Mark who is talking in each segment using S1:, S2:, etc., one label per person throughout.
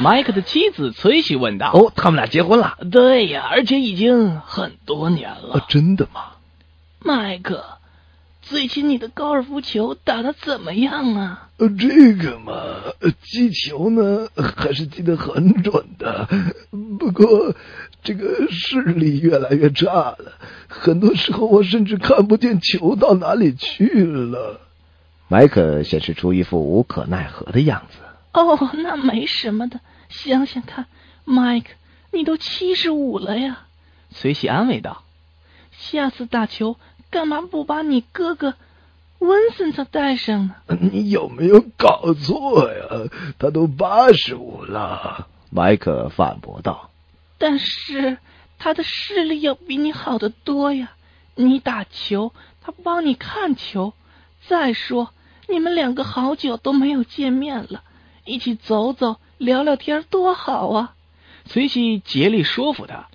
S1: 麦克的妻子崔西问道。
S2: 哦，他们俩结婚了？
S1: 对呀，而且已经很多年
S2: 啊
S1: 了。
S2: 真的吗？
S1: 麦克，最近你的高尔夫球打得怎么样啊？
S2: 呃，这个嘛，呃击球呢 还是击得很准的，不过这个视力越来越差了，很多时候我甚至看不见球到哪里去了。
S3: 麦克显示出一副无可奈何的样子。
S1: 哦，那没什么的。想想看，麦克，你都七十五了呀。崔西安慰道：“下次打球干嘛不把你哥哥温森特带上呢？”
S2: 你有没有搞错呀？他都八十五了。
S3: 麦克反驳道
S1: 但是他的视力要比你好得多呀。你打球，他帮你看球。再说，你们两个好久都没有见面了，一起走走，聊聊天，多好啊！随即竭力说服他。：“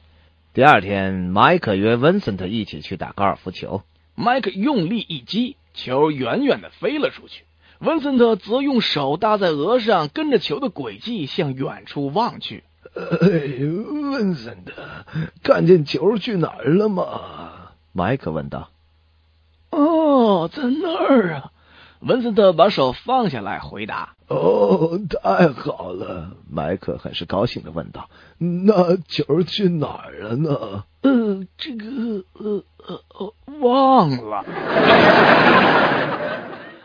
S3: 第二天，麦克约温森特一起去打高尔夫球。
S1: 麦克用力一击，球远远的飞了出去。文森特则用手搭在额上，跟着球的轨迹向远处望去。
S2: 哎，问森特，看见球去哪儿了吗？”
S3: 麦克问道
S1: 哦，在那儿啊！文森特把手放下来，回答：“
S2: 哦，太好了！
S3: 麦克很是高兴的问道
S2: 那球去哪儿了呢？
S1: 呃，这个呃呃呃，忘了。